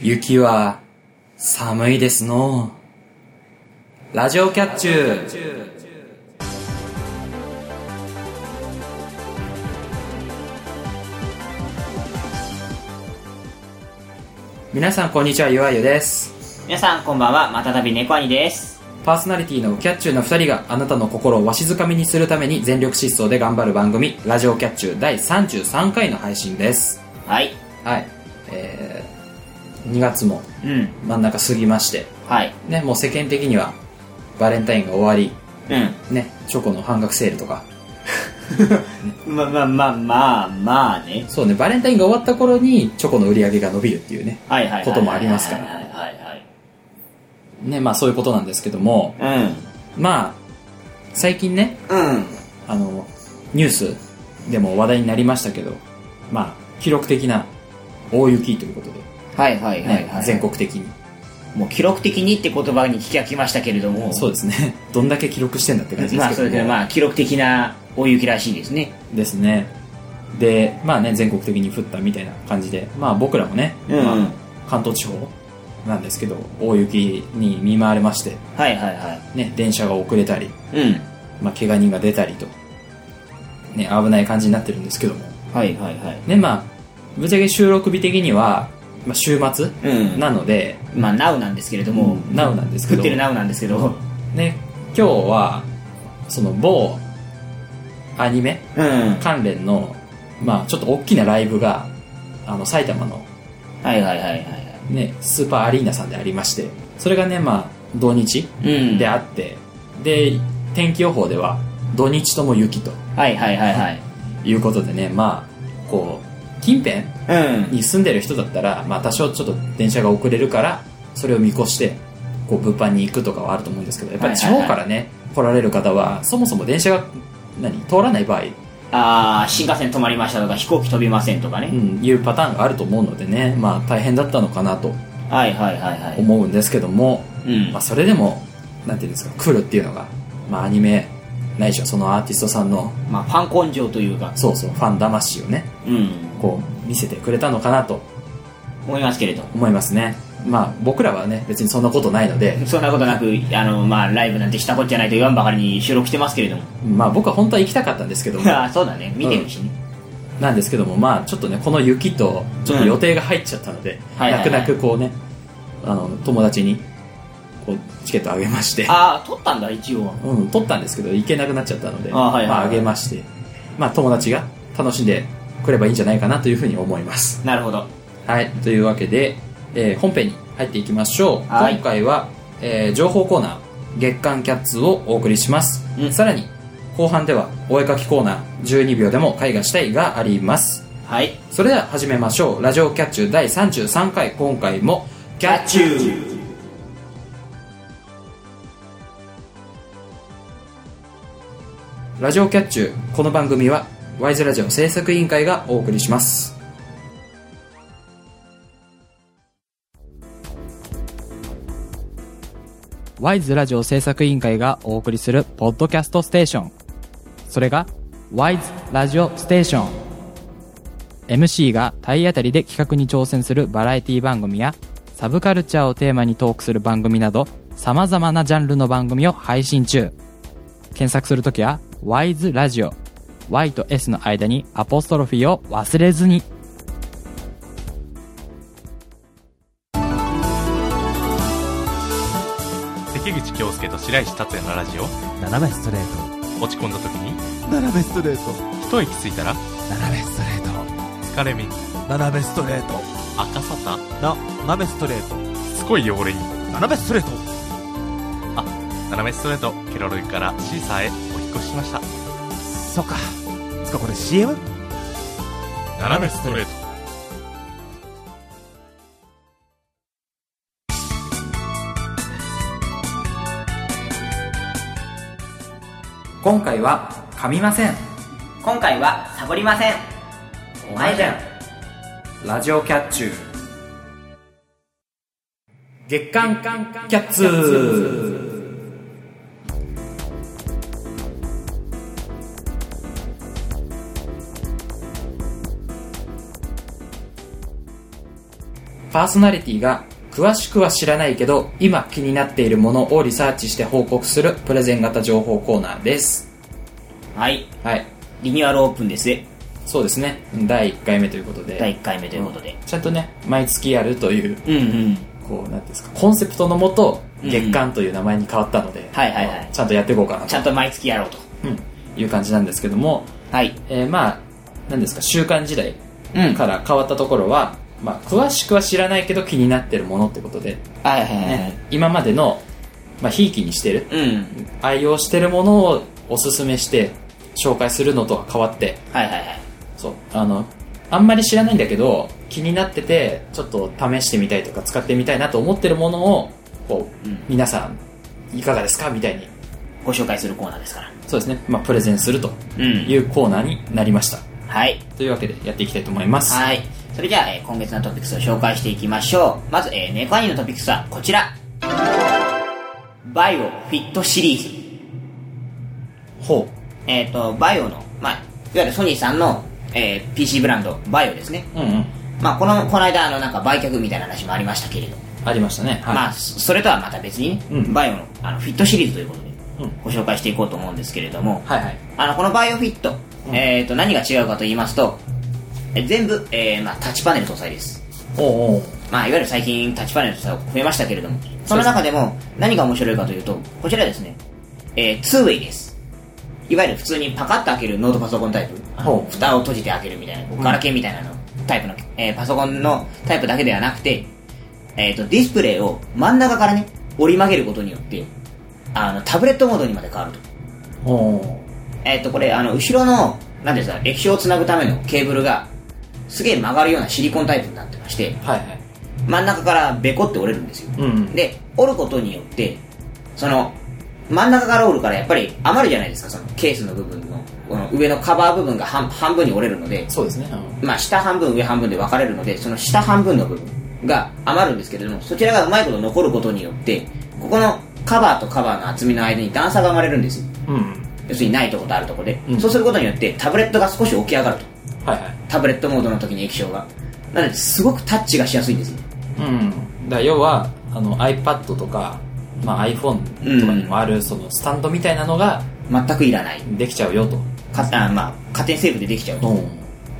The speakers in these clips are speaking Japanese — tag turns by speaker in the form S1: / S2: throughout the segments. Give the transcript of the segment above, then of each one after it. S1: 雪は寒いですのうラジオキャッチュー皆さんこんにちはゆわゆです
S2: 皆さんこんばんはまたたび猫兄です
S1: パーソナリティのキャッチューの2人があなたの心をわしづかみにするために全力疾走で頑張る番組「ラジオキャッチュー」第33回の配信です
S2: はい
S1: はいえー、2月も
S2: うん
S1: 真ん中過ぎまして
S2: はい
S1: ねもう世間的にはバレンタインが終わり
S2: う
S1: ねチョコの半額セールとか
S2: んままままあまあね
S1: そうねバレンタインが終わった頃にチョコの売り上げが伸びるっていうね
S2: はいはいはい
S1: こともありますから
S2: はいはい
S1: ねまあそういうことなんですけども
S2: はい
S1: まあ最近ね
S2: うんうん
S1: あのニュースでも話題になりましたけどまあ記録的な大雪ということで、ね
S2: はいはいはいはい
S1: 全国的に
S2: もう記録的にって言葉に聞き飽きましたけれども
S1: そうですね どんだけ記録してんだって感じで
S2: ますあ
S1: け
S2: そ
S1: ど
S2: れ
S1: も
S2: でまあ記録的な大雪らしいですね
S1: ですねでまあね全国的に降ったみたいな感じでまあ僕らもね、
S2: うん
S1: まあ関東地方なんですけど大雪に見舞われまして
S2: はいはいは
S1: ね電車が遅れたり、
S2: いうん
S1: まあ、怪我人が出たりとね危ない感じになってるんですけども
S2: はいはいはい
S1: ねまあぶっちゃけ収録日的には、まあ、週末
S2: うん
S1: なので、
S2: まあナウなんですけれど
S1: も
S2: も
S1: う、なおなんですけ
S2: 降っ
S1: ど、
S2: てる
S1: ね、
S2: ナウなんですけど
S1: 今日は、その某アニメ
S2: うんは
S1: 関連の、まあちょっと大きなライブが、あの、埼玉の
S2: いはいはいはい
S1: ね、スーパーアリーナさんでありまして、それがね、まあ土日
S2: うん
S1: で
S2: は
S1: あって、で、天気予報では、土日とも雪と
S2: いはいはいはい
S1: いうことでね、まあこう、近辺
S2: うん
S1: に住んでる人だったら、まあ多少ちょっと電車が遅れるから、それを見越して、こう物販に行くとかはあると思うんですけど、やっぱり地方からね、来られる方は、そもそも電車が、何通らない場合、
S2: ああ新幹線止まりましたとか飛行機飛びませんとか
S1: う
S2: ね、
S1: ん、いうパターンがあると思うのでね、まあ大変だったのかなと
S2: はいはいはいはい
S1: 思うんですけども、
S2: うん
S1: まあそれでも、なんていうんですか、来るっていうのが、まあアニメ、ないしはそのアーティストさんの、
S2: まあファン根性というか
S1: そうそう、ファン魂をね、
S2: うん
S1: こう、見せてくれたのかなと
S2: 思いますけれど
S1: 思いますね。まあ僕らはね、別にそんなことないので、
S2: そんなことなくあのまあライブなんてしたことじゃないと言わんばかりに収録してますけれども
S1: まあ僕は本当は行きたかったんですけども、
S2: ああそうだね見てるしね、
S1: なんですけども、まあちょっとね、この雪と、ちょっと予定が入っちゃったので、
S2: はいはい
S1: 泣
S2: はい
S1: く泣くこうね、あの、友達に、こう、チケットあげまして、
S2: ああ撮ったんだ一応は
S1: うん、取ったんですけど、行けなくなっちゃったので、
S2: あはいはいはい
S1: まああげまして、まあ友達が楽しんでくればいいんじゃないかなというふうに思います。
S2: なるほど
S1: はい、というわけで、えー本編に入っていきましょう。
S2: はい
S1: 今回は、えー情報コーナー、月刊キャッツをお送りします。
S2: うん
S1: さらに、後半では、お絵かきコーナー、12秒でも絵画したいがあります。
S2: はい
S1: それでは始めましょう。ラジオキャッチュ第33回、今回も、キャッチュ
S2: ュー
S1: ラジオキャッチュこの番組は、ワイズラジオ制作委員会がお送りします。ワイズラジオ制作委員会がお送りするポッドキャストステーション。それが、ワイズラジオステーション。MC が体当たりで企画に挑戦するバラエティ番組や、サブカルチャーをテーマにトークする番組など、様々なジャンルの番組を配信中。検索するときは、ワイズラジオ。Y と S の間にアポストロフィーを忘れずに。
S3: 関口京介と白石達也のラジオ
S4: 斜めストレー
S3: 落ち込んだ時に
S4: ト斜めストレート
S3: 一息ついたら
S4: 斜めストレー
S3: 疲れ目に
S4: ト斜めストレート
S3: 赤さた
S4: な斜めストレート
S3: すごい汚れに
S4: 斜めストレート
S3: 斜めストレートケロロイからシーサーへお引っ越ししました
S4: そっかつかこれ CM?
S3: 斜めストレート
S1: 今回は、噛みません。
S2: 今回はサボりませんお前じゃん
S1: ラジオキャッチュ月刊キャッツパーソナリティが詳しくは知らないけど今気になっているものをリサーチして報告するプレゼン型情報コーナーです
S2: はい。
S1: はい
S2: リニューアルオープンですね。
S1: そうですね第1回目ということで
S2: 第1回目ということで。
S1: ちゃんとね毎月やるという
S2: うんうん。
S1: こうなんていうんですかコンセプトのもと
S2: うん
S1: 月間という名前に変わったので、
S2: はいはいはい
S1: ちゃんとやっていこうかな
S2: ちゃんと毎月やろうと。
S1: と、うんいう感じなんですけども、
S2: はい。
S1: えーまあなんですか週刊時代
S2: うん
S1: から変わったところは、まあ、詳しくは知らないけど気になってるものってことで
S2: はいはいはいはい
S1: ね。今までの、まあ、ひいきにしてる、
S2: うん。
S1: 愛用してるものをおすすめして紹介するのとは変わって、
S2: はいはいはい。
S1: そう、あの、あんまり知らないんだけど、気になってて、ちょっと試してみたいとか使ってみたいなと思ってるものを、こう、
S2: うん
S1: 皆さん、いかがですかみたいに、
S2: ご紹介するコーナーですから。
S1: そうですね、まあ、プレゼンすると
S2: うん
S1: いうコーナーになりました。
S2: はい。
S1: というわけでやっていきたいと思います。
S2: はい。それじゃあ、えー今月のトピックスを紹介していきましょう。まず、えー、猫アニのトピックスはこちら。バイオフィットシリーズ。
S1: ほ
S2: えっ、と、バイオの、まあ、いわゆるソニーさんの、えー PC ブランド、バイオですね。
S1: う。うんうん。
S2: まあ、この、この間、あの、なんか売却みたいな話もありましたけれど。
S1: ありましたね。はい。
S2: まあ、そそれとはまた別にね、
S1: うん
S2: バイオのあのフィットシリーズということで
S1: うん、
S2: ご紹介していこうと思うんですけれども、
S1: はいはい。
S2: あの、このバイオフィット、
S1: うん
S2: えーと、何が違うかと言いますと、え全部、えーまあ、タッチパネル搭載です。
S1: おうおう
S2: まあ、いわゆる最近タッチパネルとさ増えましたけれども、その中でも何が面白いかというと、こちらですね、えー、ツーウェイです。いわゆる普通にパカッと開けるノートパソコンタイプ、あの
S1: ほう
S2: 蓋を閉じて開けるみたいな、こうガラケーみたいなの、タイプの、えーパソコンのタイプだけではなくて、えっ、と、ディスプレイを真ん中からね、折り曲げることによって、あの、タブレットモードにまで変わると。
S1: おう
S2: えっ、と、これ、あの、後ろの、なんていうんですか、液晶をつなぐためのケーブルが、すげえ曲がるようなシリコンタイプになってまして、
S1: はいはい。
S2: 真ん中からベコって折れるんですよ、
S1: うんうん
S2: で折ることによってその真ん中から折るからやっぱり余るじゃないですかそのケースの部分のこの上のカバー部分が半半分に折れるので、
S1: そうですね。うん
S2: まあ、下半分上半分で分かれるのでその下半分の部分が余るんですけれどもそちらがうまいこと残ることによってここのカバーとカバーの厚みの間に段差が生まれるんですよ
S1: うん。
S2: 要するにないとことあるとこで、
S1: うん
S2: そうすることによってタブレットが少し起き上がると
S1: はいはい。
S2: タブレットモードの時に液晶がなのですごくタッチがしやすいんですよ
S1: うん。だから要は、あの iPad とか、まあ、iPhone とかにもある、そのスタンドみたいなのが
S2: 全くいらない
S1: できちゃうよと。
S2: かあまあ、加点セーブでできちゃうと。
S1: ん。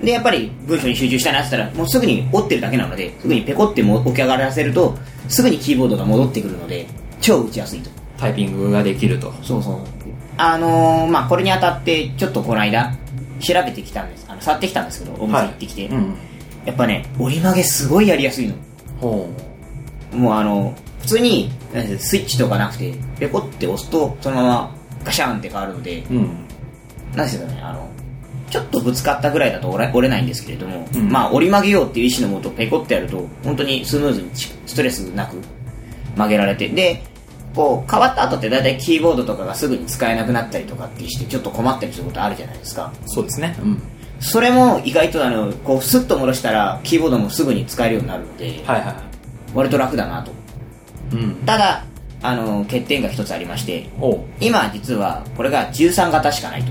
S2: で、やっぱり文章に集中したいなって言ったら、もうすぐに折ってるだけなので、すぐにペコっても起き上がらせると、すぐにキーボードが戻ってくるので、超打ちやすいと。
S1: タイピングができると。
S2: そうそう。あのー、まあ、これにあたって、ちょっとこの間、調べてきたんです。あの、触ってきたんですけど、お店行ってきて。
S1: うん。
S2: やっぱね、折り曲げすごいやりやすいの。
S1: ほ
S2: もうあの、普通に、なんてスイッチとかなくて、ペコって押すと、そのままガシャンって変わるので、
S1: う。うん。
S2: なんですかね、あの、ちょっとぶつかったぐらいだと折れ折れないんですけれども、
S1: うん
S2: まあ折り曲げようっていう意思のもとペコってやると、本当にスムーズにちストレスなく曲げられて、で、こう変わった後って大体キーボードとかがすぐに使えなくなったりとかってして、ちょっと困ったりすることあるじゃないですか。
S1: そうですね。うん。
S2: それも意外とあの、こうスッと戻したらキーボードもすぐに使えるようになるので、
S1: はいは
S2: 割と楽だなと。
S1: い。うん。
S2: ただ、あの、欠点が一つありまして、
S1: おう。
S2: 今実はこれが13型しかないと。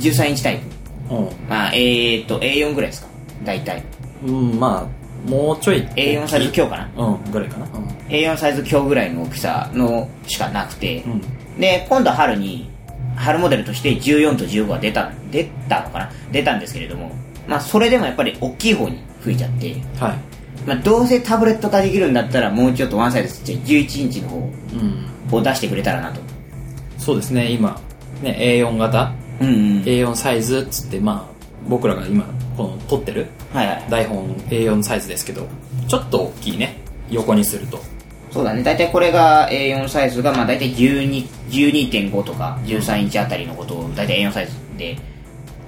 S2: 13インチタイプ。
S1: おう
S2: まあ、えー、っと、A4 ぐらいですか。大体。
S1: うん、まあ、もうちょい。
S2: A4 サイズ強かな。
S1: うん、ぐらいかな。うん。
S2: A4 サイズ強ぐらいの大きさのしかなくて。で、今度春に、春モデルとして14と15が出た、出たのかな出たんですけれども、まあ、それでもやっぱり大きい方に吹いちゃって、
S1: はい。
S2: まあ、どうせタブレット化できるんだったら、もうちょっとワンサイズちっちゃい11インチの方
S1: うん。
S2: を出してくれたらなと。
S1: そうですね、今、ね、A4 型、
S2: うんうん。
S1: A4 サイズっつって、まあ、僕らが今、この、撮ってる
S2: はいはい。
S1: 台本 A4 サイズですけどちょっと大きいね横にすると
S2: そうだね。大体これが A4 サイズが、まあ大体12 12.5とか13インチあたりのことを大体 A4 サイズで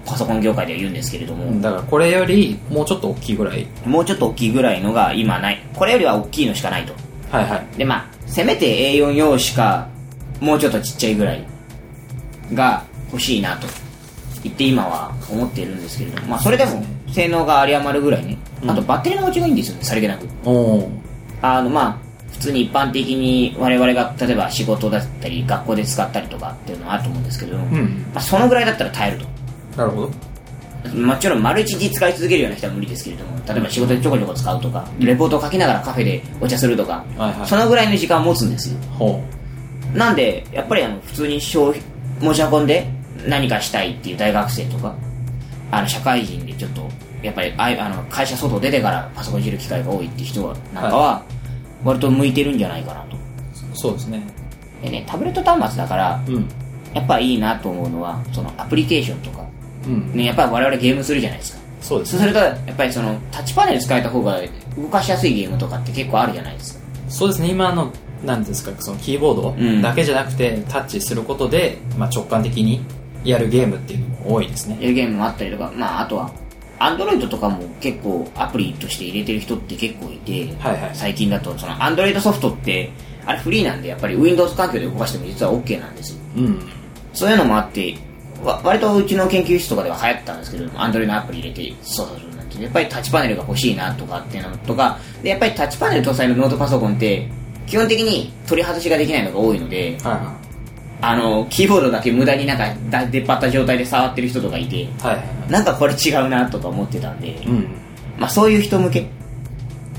S2: パソコン業界では言うんですけれども、
S1: だからこれよりもうちょっと大きいぐらい
S2: もうちょっと大きいぐらいのが今ない。これよりは大きいのしかないと。
S1: はいはい
S2: で、まあ、せめて A4 用紙か、もうちょっとちっちゃいぐらいが欲しいなと言って今は思っているんですけれども、まあそれでも性能が有り余るぐらいね。あとバッテリーの持ちがいいんですよね、さりげなく。
S1: おお
S2: あのまあ普通に一般的に我々が例えば仕事だったり学校で使ったりとかっていうのはあると思うんですけど、
S1: ん
S2: まあ、そのぐらいだったら耐えると
S1: なるほど
S2: もちろん丸一日使い続けるような人は無理ですけれども例えば仕事でちょこちょこ使うとかレポートを書きながらカフェでお茶するとか、
S1: はいはい
S2: そのぐらいの時間を持つんですよ
S1: ほ
S2: なんでやっぱりあの普通に消費持ち運んで何かしたいっていう大学生とかあの社会人でちょっとやっぱりあいあの会社外出てからパソコンいじる機会が多いっていう人はなんかは割と向いてるんじゃないかなと
S1: うそうですね
S2: でねタブレット端末だから
S1: うん
S2: やっぱいいなと思うのはそのアプリケーションとか、
S1: うん
S2: ね、やっぱり我々ゲームするじゃないですか
S1: そうです
S2: そう
S1: ね
S2: するとやっぱりそのタッチパネル使えた方が動かしやすいゲームとかって結構あるじゃないですか
S1: そうですね今のなんですかそのキーボー
S2: うん
S1: ドだけじゃなくて、タッチすることで、まあ、直感的にやるゲームっていうのも多いですね
S2: やるゲームもあったりとかまああとはアンドロイドとかも結構アプリとして入れてる人って結構いて、
S1: はいはい
S2: 最近だとそのアンドロイドソフトってあれフリーなんでやっぱり Windows 環境で動かしても実は OK なんですよ
S1: うん
S2: そういうのもあってわ割とうちの研究室とかでは流行ったんですけどアンドロイドのアプリ入れて操作するなんてやっぱりタッチパネルが欲しいなとかっていうのとかでやっぱりタッチパネル搭載のノートパソコンって基本的に取り外しができないのが多いので、
S1: はいは
S2: あの、キーボードだけ無駄になんかだ出っ張った状態で触ってる人とかいて、
S1: いはいは
S2: なんかこれ違うなとか思ってたんで、
S1: いうん
S2: まあそういう人向け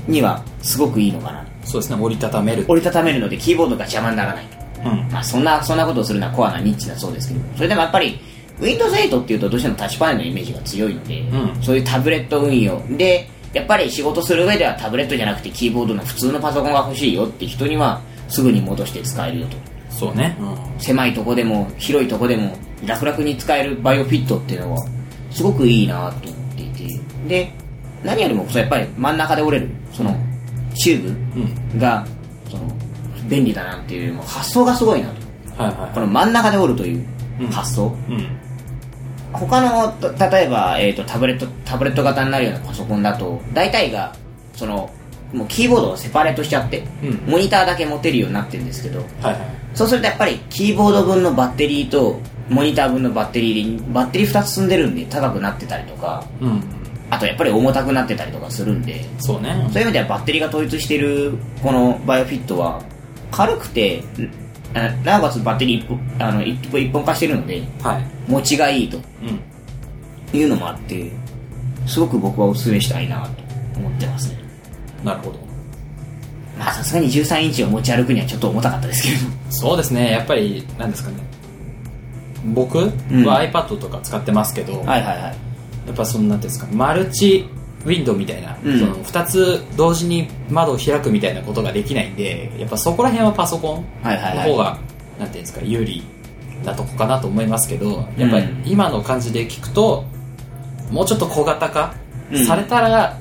S2: にはすごくいいのかな。
S1: そうですね折りたためる
S2: 折りたためるのでキーボードが邪魔にならない。
S1: うん
S2: まあそんな、そんなことをするのはコアなニッチだそうですけど、それでもやっぱり Windows 8っていうとどうしてもタッチパネルのイメージが強いので、
S1: うん
S2: そういうタブレット運用で、やっぱり仕事する上ではタブレットじゃなくてキーボードの普通のパソコンが欲しいよって人にはすぐに戻して使えるよと。
S1: そうね、うん
S2: 狭いとこでも広いとこでも楽々に使えるバイオフィットっていうのはすごくいいなと思っていてで何よりもそうやっぱり真ん中で折れるそのチューブがその便利だなっていうよりも発想がすごいなと
S1: はいはい
S2: この真ん中で折るという
S1: うん
S2: 発想、
S1: うん
S2: 他のた例えば、えー、とタブレットタブレット型になるようなパソコンだと大体がそのもうキーボードをセパレートしちゃって、
S1: うん
S2: モニターだけ持てるようになってるんですけど
S1: はいはい
S2: そうするとやっぱりキーボード分のバッテリーとモニター分のバッテリーにバッテリー2つ積んでるんで高くなってたりとか
S1: うん
S2: あとやっぱり重たくなってたりとかするんで
S1: そうね
S2: そういう意味ではバッテリーが統一しているこのバイオフィットは軽くてんあなおかつバッテリー一本あの一本一本化してるので
S1: はい
S2: 持ちがいいと
S1: うん
S2: いうのもあってすごく僕はおすすめしたいなと思ってますね
S1: なるほど
S2: まあさすがに13インチを持ち歩くにはちょっと重たかったですけれど
S1: そうですねやっぱりなんですかね僕は iPad とか使ってますけど、
S2: もはいはいはい
S1: やっぱそのなんていうんですかマルチウィンドウみたいな、
S2: うん
S1: その2つ同時に窓を開くみたいなことができないんでやっぱそこら辺はパソコン
S2: はいはい
S1: の
S2: はい
S1: 方が、なんていうんですか有利なとこかなと思いますけどやっぱり
S2: うん
S1: 今の感じで聞くともうちょっと小型化
S2: うん
S1: されたら、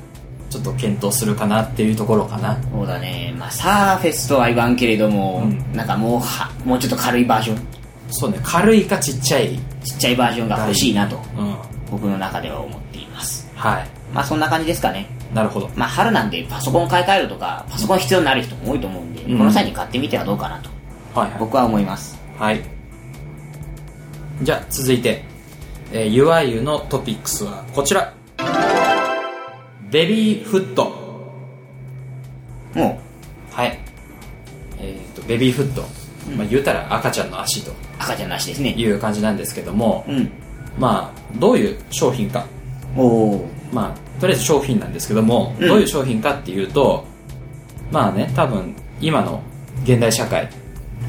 S1: ちょっと検討するかなっていうところかな
S2: そうだね、まあ、サーフェスとは言わんけれども、
S1: うん
S2: なんかもうは、もうちょっと軽いバージョン、
S1: そうね軽いかちっちゃい、
S2: ちっちゃいバージョンが欲しいなと、
S1: うん、
S2: 僕の中では思っています。
S1: は
S2: まあ、そんな感じですかね。
S1: いなるほど
S2: まあ、春なんでパソコン買い替えるとか、パソコン必要になる人も多いと思うんで、
S1: うん
S2: この際に買ってみてはどうかなと、
S1: はいはい
S2: 僕は思います。
S1: はい。じゃあ、続いて、えー、ゆわゆのトピックスはこちら。ベビーフット。
S2: も
S1: はい。えっ、と、ベビーフット。まあ、言うたら赤ちゃんの足と
S2: う、赤ちゃんなしですね。
S1: いう感じなんですけども、
S2: うん。
S1: まあ、どういう商品か。
S2: おー。
S1: まあ、とりあえず商品なんですけども、
S2: うん
S1: どういう商品かっていうと、まあね、多分、今の現代社会、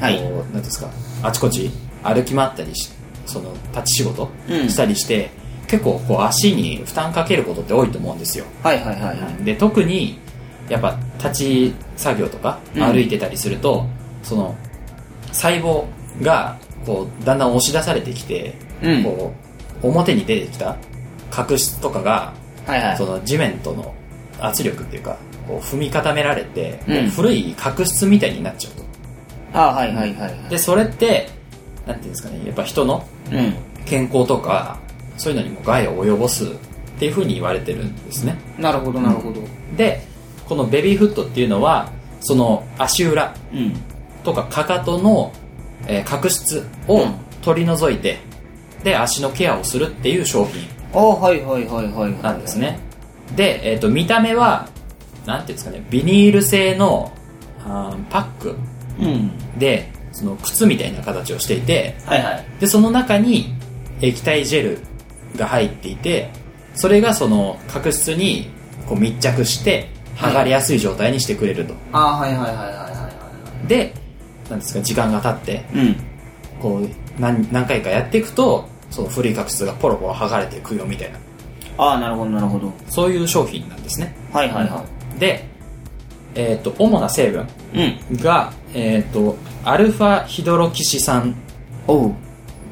S2: はい
S1: こうなんていうんですかあちこち歩き回ったりしその立ち仕事
S2: うん
S1: したりして、結構こう足に負担かけることって多いと思うんですよ、
S2: はいはいはいはい。
S1: で特にやっぱ立ち作業とか
S2: うん
S1: 歩いてたりすると、その細胞がこうだんだん押し出されてきて、
S2: うん
S1: こう表に出てきた角質とかが
S2: はいはい。
S1: その地面との圧力っていうかこう踏み固められて、こう
S2: うん
S1: 古い角質みたいになっちゃうと
S2: あーはいはいはいはい。
S1: でそれってなんていうんですかねやっぱ人の
S2: う
S1: 健康とかそういうのにも害を及ぼすっていうふうに言われてるんですね
S2: ん。なるほどなるほど。
S1: でこのベビーフットっていうのはその足裏
S2: うん。
S1: とかかかとの、えー角質を取り除いて、で足のケアをするっていう商品
S2: あーはいはいはいはいはい。
S1: なんです。ねで、えー、と見た目はなんていうんですかねビニール製のあーパック
S2: うん。
S1: でその靴みたいな形をしていて
S2: はいはい。
S1: でその中に液体ジェルが入っていてそれがその角質にこう密着して剥がれやすい状態にしてくれると、
S2: あーはいはいはいはいは
S1: でなんですか時間が経って
S2: いはいうん
S1: こう何何回かやっていくとその古い角質がポロポロ剥がれていくよみたいな
S2: ああなるほどなるほど
S1: そういう商品なんですね
S2: はいはいは
S1: で、えー、と主な成分
S2: いうん
S1: が、えー、とアルファヒドロキシ酸
S2: おう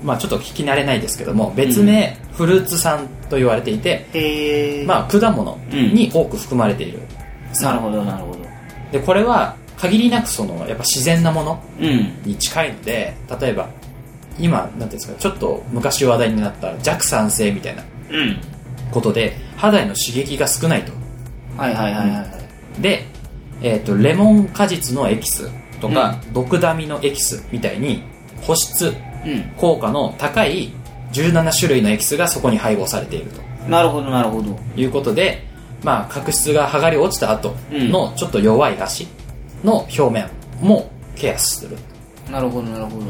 S1: まあちょっと聞き慣れないですけども別名フルーツ酸と言われていて、
S2: へえ
S1: まあ果物に多く含まれている、
S2: なるほどなるほど
S1: でこれは限りなくそのやっぱ自然なもの
S2: うん
S1: に近いので例えば今なんていうんですかちょっと昔話題になった弱酸性みたいな
S2: うん
S1: ことで肌への刺激が少ないと
S2: はいはいはいはいはい
S1: で、えー、とレモン果実のエキスとか、毒ダミのエキスみたいに保湿
S2: う
S1: 効果の高い17種類のエキスがそこに配合されていると
S2: んなるほどなるほど
S1: いうことで、まあ、角質が剥がれ落ちた後のちょっと弱い足の表面もケアする
S2: なるほどなるほど
S1: っ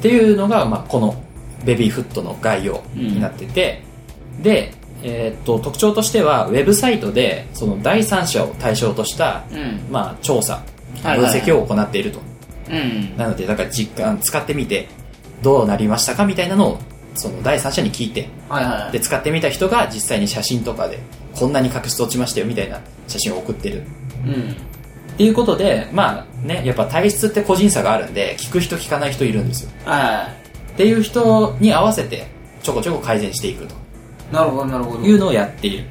S1: ていうのが、まあ、このベビーフットの概要になってて、で、えーっと特徴としてはウェブサイトでその第三者を対象とした、
S2: うん
S1: まあ、調査
S2: は
S1: 分
S2: いはいはい
S1: 析を行っていると、
S2: うん
S1: なのでだから実感使ってみてどうなりましたかみたいなのをその第三者に聞いて
S2: はいはいはい
S1: で使ってみた人が実際に写真とかでこんなに角質落ちましたよみたいな写真を送ってる
S2: うん
S1: っていうことでまあねやっぱ体質って個人差があるんで聞く人聞かない人いるんですよ
S2: は
S1: っていう人に合わせてちょこちょこ改善していくと
S2: いなるほどなるほど
S1: いうのをやっている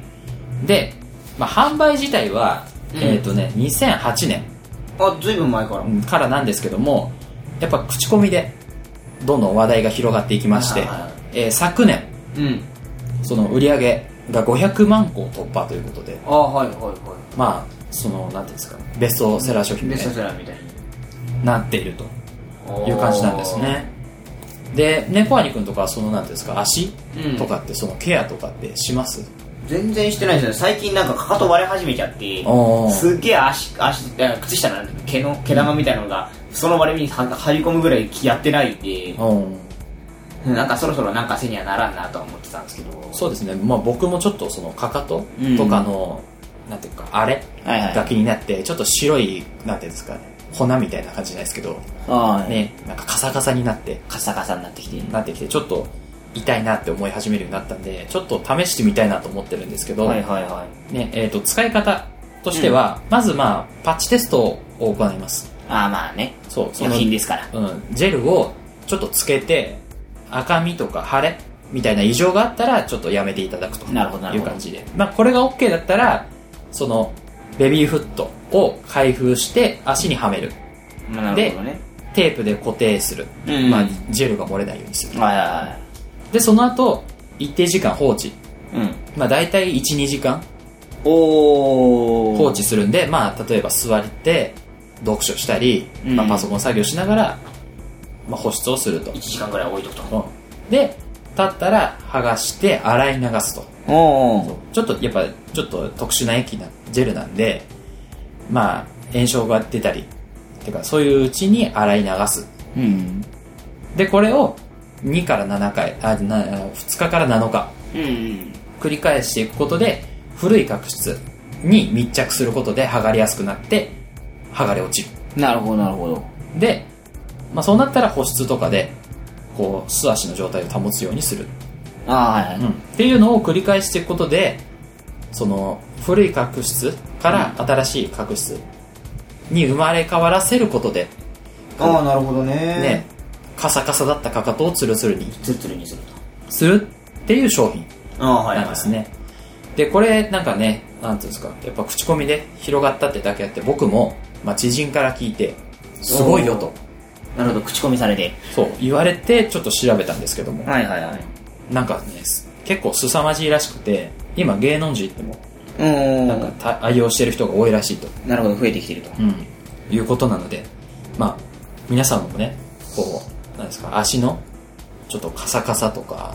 S1: で、まあ、販売自体は、
S2: うん
S1: えっ、とね2008年
S2: あずいぶん前から
S1: うんからなんですけどもやっぱ口コミでどんどん話題が広がっていきまして
S2: はいはいはい、
S1: えー昨年
S2: うん
S1: その売り上げが500万個を突破ということで
S2: あはいはいは
S1: まあそのなんていうんですかベストセラー商
S2: い
S1: 品に、
S2: ベ
S1: ね
S2: ストセラーみたいに
S1: なっているという感じなんですねで猫アニくんとかはそのなんていうんですか足
S2: うん
S1: とかってそのケアとかってします、
S2: 全然してないですよね最近なんかかかと割れ始めちゃって
S1: おー
S2: すっげえ足足あ靴下なんだけど毛の毛玉みたいなのがその割れ目には張り込むぐらいやってないんで
S1: うん
S2: なんかそろそろなんかせにはならんなとは思ってたんですけど
S1: そうですね、まあ、僕もちょっとそのかかと
S2: うん
S1: とかの、なんていうかあれ
S2: はいはい
S1: が気になってちょっと白いなんていうんですかね粉みたいな感じじゃないですけど、
S2: あね
S1: ね、なんかカサカサになって
S2: カサカサになってきて
S1: なってきてちょっと痛いなって思い始めるようになったんでちょっと試してみたいなと思ってるんですけど、
S2: はいはいはい
S1: ねえー、と使い方としては、まずまあパッチテストを行います
S2: ああまあね
S1: そうそ
S2: 薬
S1: の、
S2: 品ですから
S1: うん、ジェルをちょっとつけて赤みとか腫れみたいな異常があったらちょっとやめていただくと
S2: なるほどないる
S1: う
S2: ほど
S1: 感じで、まあ、これが OK だったらそのベビーフットを開封して足にはめる
S2: まあなるほどね
S1: テープで固定する、
S2: うん
S1: まあ、ジェルが漏れないようにする
S2: はいは
S1: でその後一定時間放置
S2: いはいうん
S1: まあ大体12時間
S2: おお
S1: 放置するんで、まあ、例えば座って読書したり、
S2: うん
S1: まあ、パソコン作業しながら、まあ、保湿をすると、
S2: 1時間ぐらい置いとくと
S1: うんで立ったら剥がして洗い流すと
S2: おお
S1: ちょっとやっぱちょっと特殊な液なジェルなんでまあ炎症が出たりてかそういううちに洗い流す
S2: うん
S1: でこれを2から7回あな2日から7日
S2: うん
S1: 繰り返していくことで古い角質に密着することで剥がれやすくなって剥がれ落ちる
S2: なるほどなるほど
S1: で、まあ、そうなったら保湿とかでこう素足の状態を保つようにする、
S2: ああはいはい
S1: っていうのを繰り返していくことでその古い角質から新しい角質に生まれ変わらせることで、
S2: ああなるほどね
S1: ねカサカサだったかかとをツルツルに
S2: ツルツルにすると
S1: するっていう商品
S2: ああは
S1: なんですね、でこれなんかねなんていうんですかやっぱ口コミで広がったってだけあって僕も、まあ、知人から聞いてすごいよと
S2: なるほど口コミされて
S1: そう言われてちょっと調べたんですけども、
S2: はいはいはい
S1: なんかねす結構凄まじいらしくて今芸能人でも
S2: うん
S1: なんかた愛用してる人が多いらしいと、
S2: なるほど増えてきてると
S1: うん、いうことなのでまあ皆さんもねこうなんですか足のちょっとカサカサとか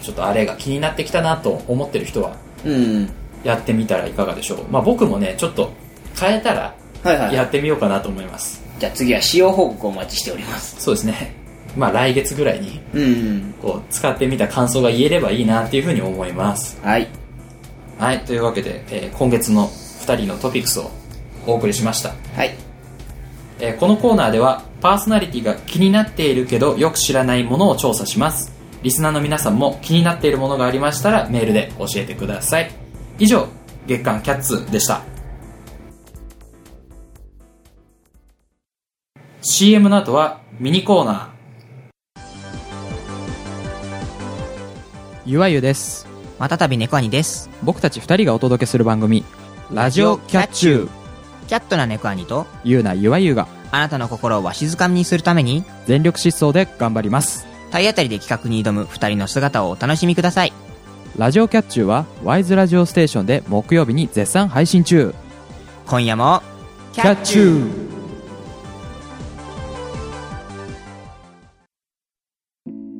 S1: ちょっとあれが気になってきたなと思ってる人は
S2: うん
S1: やってみたらいかがでしょう、まあ、僕もねちょっと変えたら
S2: はいはい
S1: やってみようかなと思います、
S2: じゃあ次は使用報告をお待ちしております
S1: そうですね まあ来月ぐらいに、
S2: うんうん。
S1: こう、使ってみた感想が言えればいいなっていうふうに思います。
S2: はい。
S1: はい、というわけで、えー今月の2人のトピックスをお送りしました。
S2: はい。
S1: えーこのコーナーではパーソナリティが気になっているけどよく知らないものを調査しますリスナーの皆さんも気になっているものがありましたらメールで教えてください以上月刊キャッツでした CM の後はミニコーナ
S5: ゆわゆです
S6: またたび猫兄です。
S5: 僕たち2人がお届けする番組「ラジオキャッチュー
S6: キャットな猫兄と、」
S5: ゆうなゆわゆが
S6: あなたの心をわしづかみにするために、
S5: 全力疾走で頑張ります
S6: 体当たりで企画に挑む二人の姿をお楽しみください。
S5: ラジオキャッチューはワイズラジオステーションで木曜日に絶賛配信中
S6: 今夜も、キ
S5: ュー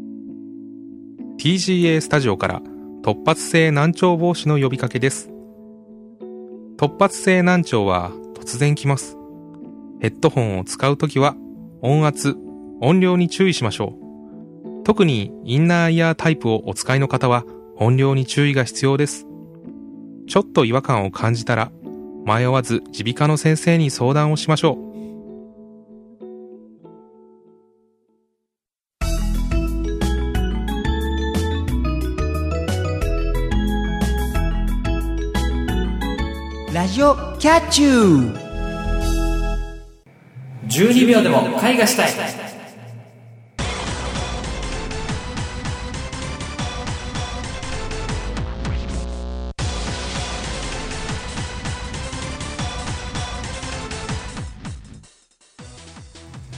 S7: ー TGA スタジオから突発性難聴防止の呼びかけです突発性難聴は突然来ますヘッドホンを使うときは音圧音量に注意しましょう特にインナーイヤータイプをお使いの方は音量に注意が必要ですちょっと違和感を感じたら迷わず耳鼻科の先生に相談をしましょう
S6: ラジオキャッチュー
S1: ー12秒でも絵画したい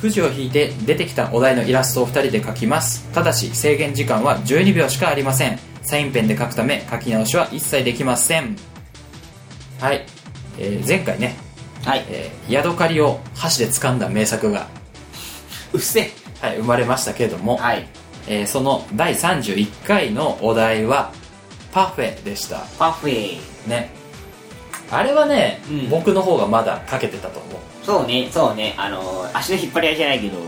S1: くじを引いて出てきたお題のイラストを2人で描きますただし制限時間は12秒しかありませんサインペンで描くため描き直しは一切できませんはい、えー前回ね、
S2: はい。
S1: えー、ヤドカリを箸で掴んだ名作が、
S2: うっせ
S1: はい、生まれましたけれども、
S2: はい。
S1: えーその第31回のお題はパフェでした
S2: パフェ。
S1: ねあれはね、
S2: うん
S1: 僕の方がまだかけてたと思う
S2: そうね、そうね。あの、足の引っ張り合いじゃないけど、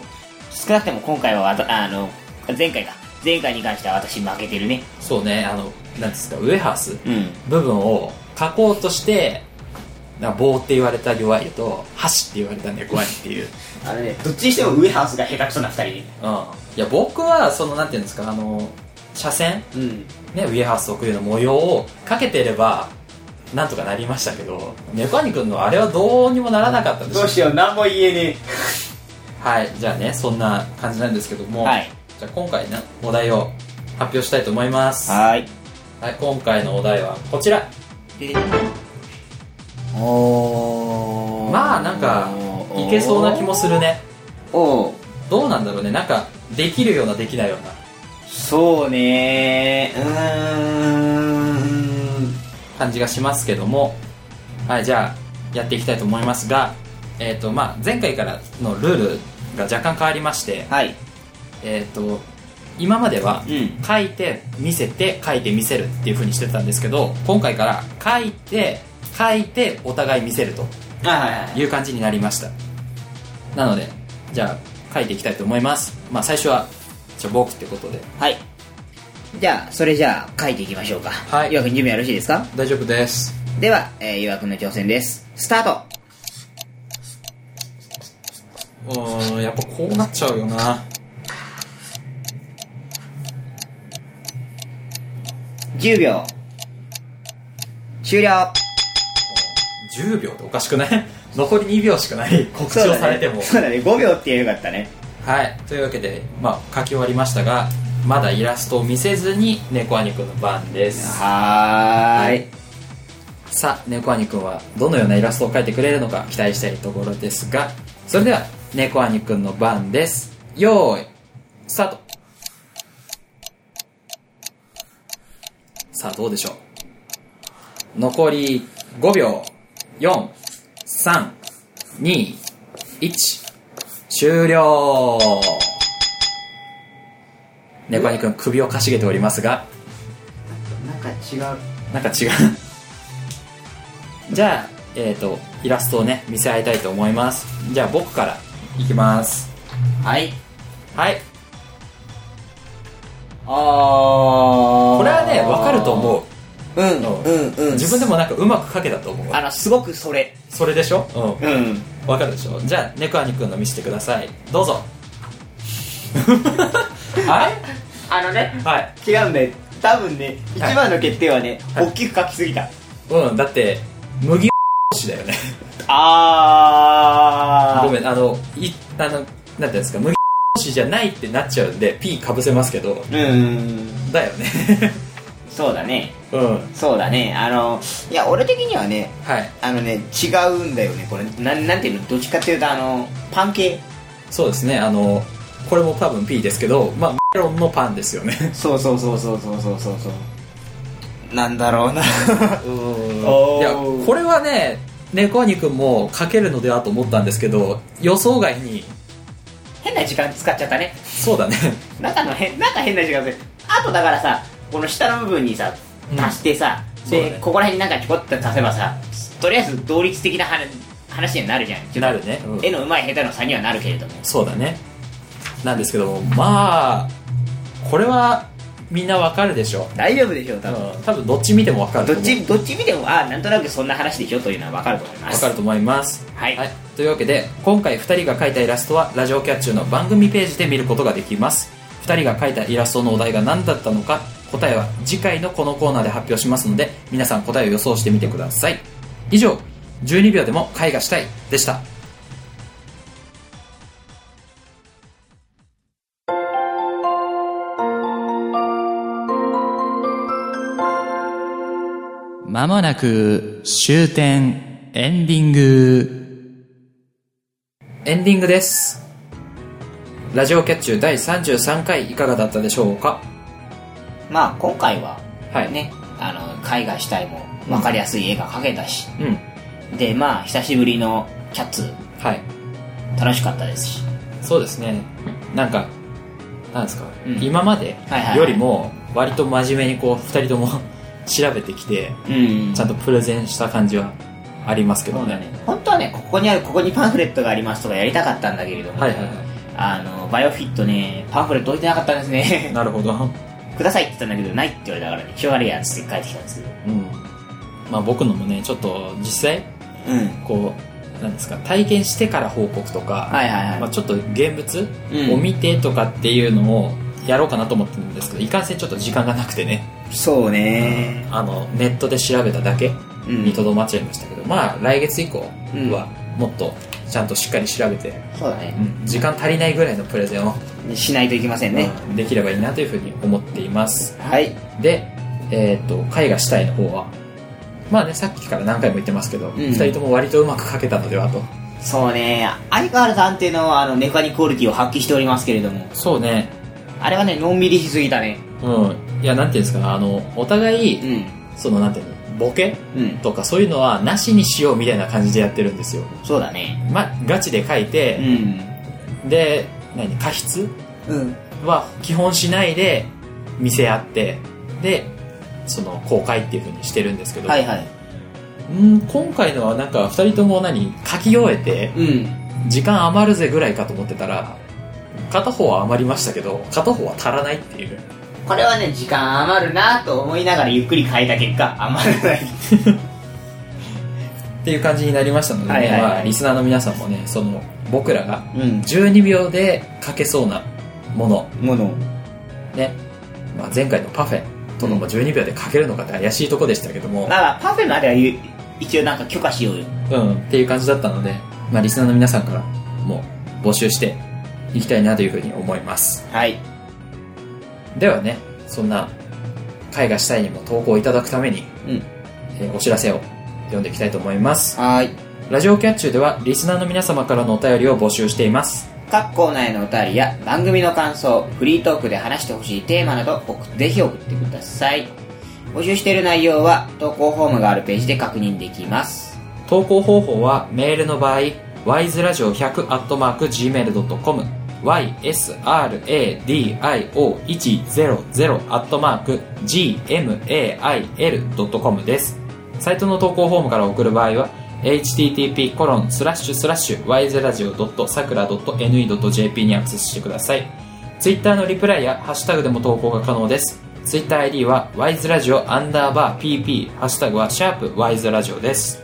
S2: 少なくても今回はわた、あの、前回か。前回に関しては私負けてるね。
S1: そうねあのなんですかウエハース
S2: うん。
S1: 部分を書こうとしてなんか棒って言われた弱いと箸って言われた弱いっていう、うん、い
S2: あのね、どっちにしてもウエハースが下手くそな二人ね。
S1: や僕はそのなんていうんですかあの斜線
S2: うん。
S1: ね、ウィハース特有の模様をかけてればなんとかなりましたけどネコアニ君のあれはどうにもならなかったんですよ
S2: しよう、何も言えね
S1: はいじゃあねそんな感じなんですけども、
S2: はい。
S1: じゃあ今回のお題を発表したいと思いますは
S2: はい。
S1: い、今回のお題はこちら
S2: お
S1: まあなんかいけそうな気もするね
S2: おー
S1: どうなんだろうねなんかできるようなできないような
S2: そうねーうーん
S1: 感じがしますけどもはいじゃあやっていきたいと思いますがえっ、とまあ前回からのルールが若干変わりまして、
S2: はい
S1: えっ、と今までは
S2: うん
S1: 書いて見せて書いて見せるっていう風にしてたんですけど今回から書いて書いてお互い見せると
S2: はいはいはい
S1: いう感じになりましたなのでじゃあ書いていきたいと思いますまあ最初はじゃあ僕ってことで
S2: はいじゃあそれじゃあ書いていきましょうか
S1: はい
S2: 岩君準備はよろしいですか
S1: 大丈夫です
S2: では、えー、岩君の挑戦ですスタート
S1: うーんやっぱこうなっちゃうよな
S2: 10秒終了
S1: 10秒っておかしくない 残り2秒しか ない告知をされても、
S2: そうだね5秒って言えばよかったね
S1: はいというわけでまあ書き終わりましたがまだイラストを見せずに猫兄くんの番です
S2: はーい
S1: さあ猫兄くんはどのようなイラストを描いてくれるのか期待したいところですがそれでは猫兄くんの番ですよーいスタートさあどうでしょう残り5秒4321終了猫兄くん首をかしげておりますが
S2: なんか違う
S1: なんか違う。じゃあ、えっ、と、イラストをね、見せ合いたいと思います。じゃあ、僕からいきます。
S2: はい
S1: はい。
S2: あー
S1: これはね分かると思う
S2: うんうんうん
S1: 自分でもなんかうまく書けたと思う
S2: あのすごくそれ
S1: それでしょうん
S2: うん
S1: わかるでしょじゃあ猫兄くんの見せてくださいどう ぞは
S2: あのね
S1: いはい
S2: 違うんだよ多分ね一
S1: はい
S2: 番の欠点はね、
S1: はい
S2: 大きく書きすぎた
S1: うんだって麦しだよね
S2: あー
S1: ごめんあのいあのなんていうんですか麦しじゃないってなっちゃうんで P かぶせますけど
S2: うん
S1: だよね
S2: そうだね
S1: うん
S2: そうだねあのいや俺的にはね
S1: はい
S2: あのね違うんだよねこれなんなんていうのどっちかっていうとあのパン系
S1: そうですねあのこれも多分 P ですけどまあメロンのパンですよね
S2: そうそうそうそうそうそうそうそうなんだろうな
S1: いやこれはね猫兄くんも書けるのではと思ったんですけど予想外に
S2: 変な時間使っちゃったね
S1: そうだね
S2: 中の変なんか変な時間使っあとだからさこの下の部分にさ
S1: うん
S2: 足してさ、
S1: そうだ
S2: で、
S1: ね
S2: ここら辺になんかちょこっと足せばさとりあえず同率的な話話になるじゃんちょっと
S1: なるね、うん
S2: 絵の上手い下手の差にはなるけれども
S1: そうだねなんですけどもまあこれはみんなわかるでしょ
S2: 大丈夫でしょう多分、
S1: うん多分どっち見てもわかると
S2: ど
S1: 思
S2: っ
S1: う
S2: ちどっち見てもあなんとなくそんな話でしょというのは分かると思いま
S1: わ
S2: す
S1: かると思います
S2: はい
S1: というわけで今回2人が描いたイラストはラジオキャッチューの番組ページで見ることができます2人が描いたイラストのお題が何だったのか答えは次回のこのコーナーで発表しますので皆さん答えを予想してみてください以上12秒でも絵画したいでした
S5: まもなく終点エンディング。
S1: エンディングですラジオキャッチュー第33回いかがだったでしょうか
S2: まあ今回は
S1: はい
S2: ね、あの絵画主体も分かりやすい絵が描けたし、
S1: うん
S2: でまあ久しぶりのキャッツ
S1: はい
S2: 楽しかったですし
S1: そうですねなんかなんですか、
S2: うん
S1: 今まで
S2: はいはい
S1: よりも割と真面目にこう2人とも 調べてきて
S2: うん
S1: ちゃんとプレゼンした感じはありますけど
S2: そう
S1: ね
S2: だね本当はねここにあるここにパンフレットがありますとかやりたかったんだけれども、
S1: はいはいは
S2: あのバイオフィットねパンフレット置いてなかったんです
S1: い
S2: ね
S1: なるほど、
S2: くださいって言ったんだけどないって言われたからねしょうがねえやつって帰ってきたんですけど
S1: うんまあ、僕のもねちょっと実際
S2: うん
S1: こうなんですか体験してから報告とか、
S2: はいはいはい、
S1: まあ、ちょっと現物
S2: うん
S1: を見てとかっていうのをやろうかなと思ってるんですけどいかんせんちょっと時間がなくてね
S2: そうね
S1: あのネットで調べただけ
S2: うん
S1: にとどまっちゃいましたけど、まあ来月以降
S2: うん
S1: はもっとちゃんとしっかり調べて、
S2: そうだね
S1: 時間足りないぐらいのプレゼンを、
S2: しないといけませんね、
S1: できればいいなというふうに思っています
S2: はい
S1: でえっ、と絵画主体の方はまあねさっきから何回も言ってますけど、
S2: ん
S1: 二人とも割とうまく描けたのではと
S2: そうね相変わらず安定のあのメカニクオリティを発揮しておりますけれども
S1: そうね
S2: あれはねのんびりしすぎたね
S1: うんいやなんていうんですかねあのお互い、
S2: うん
S1: そのなんていうのボケ
S2: うん
S1: とかそういうのはなしにしようみたいな感じでやってるんですよ
S2: そうだね
S1: まあガチで書いうて、
S2: ん
S1: で何過失
S2: うん
S1: は基本しないで見せ合ってでその公開っていう風にしてるんですけど、
S2: はいはい
S1: うん今回のはなんか2人とも何書き終えて
S2: うん
S1: 時間余るぜぐらいかと思ってたら片方は余りましたけど片方は足らないっていう
S2: これはね時間余るなと思いながらゆっくり変えた結果余らない
S1: っていう感じになりましたのでね、
S2: はいはいはい
S1: まあ、リスナーの皆さんもねその僕らが
S2: うん
S1: 12秒で書けそうなもの
S2: もの
S1: ね、まあ、前回のパフェとのも12秒で書けるのかって怪しいとこでしたけども、
S2: まあパフェまでは言う一応なんか許可しようよ
S1: うん、っていう感じだったので、まあ、リスナーの皆さんからも募集していきたいなというふうに思います
S2: はい
S1: ではねそんな絵画主体にも投稿いただくために、
S2: うん
S1: えーお知らせを読んでいきたいと思います
S2: はい
S1: ラジオキャッチューではリスナーの皆様からのお便りを募集しています
S2: 各コーナーへのお便りや番組の感想フリートークで話してほしいテーマなど送っぜひ送ってください募集している内容は投稿フォームがあるページで確認できます
S1: 投稿方法はメールの場合 wiseradio100-gmail.com ysradio100-gmail.com ですサイトの投稿フォームから送る場合は http コロンスラッシュスラッシュ ysradio.sakura.ne.jp にアクセスしてください Twitter のリプライやハッシュタグでも投稿が可能です。TwitterID は wiseradio アンダーバー PP、ハッシュタグはシャープ wiseradio です。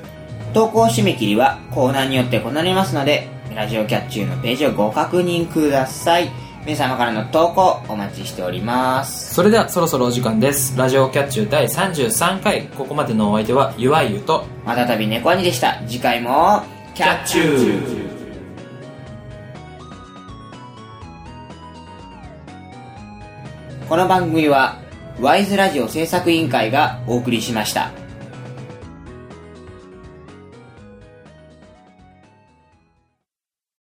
S2: 投稿締め切りはコーナーによって異なりますので、ラジオキャッチューのページをご確認ください。皆様からの投稿お待ちしております。
S1: それではそろそろお時間です。ラジオキャッチュ第33回、ここまでのお相手はゆわゆと、
S2: またたび猫兄でした。次回も、キャッチュー
S1: ュー
S2: この番組は、ワイズラジオ制作委員会がお送りしました。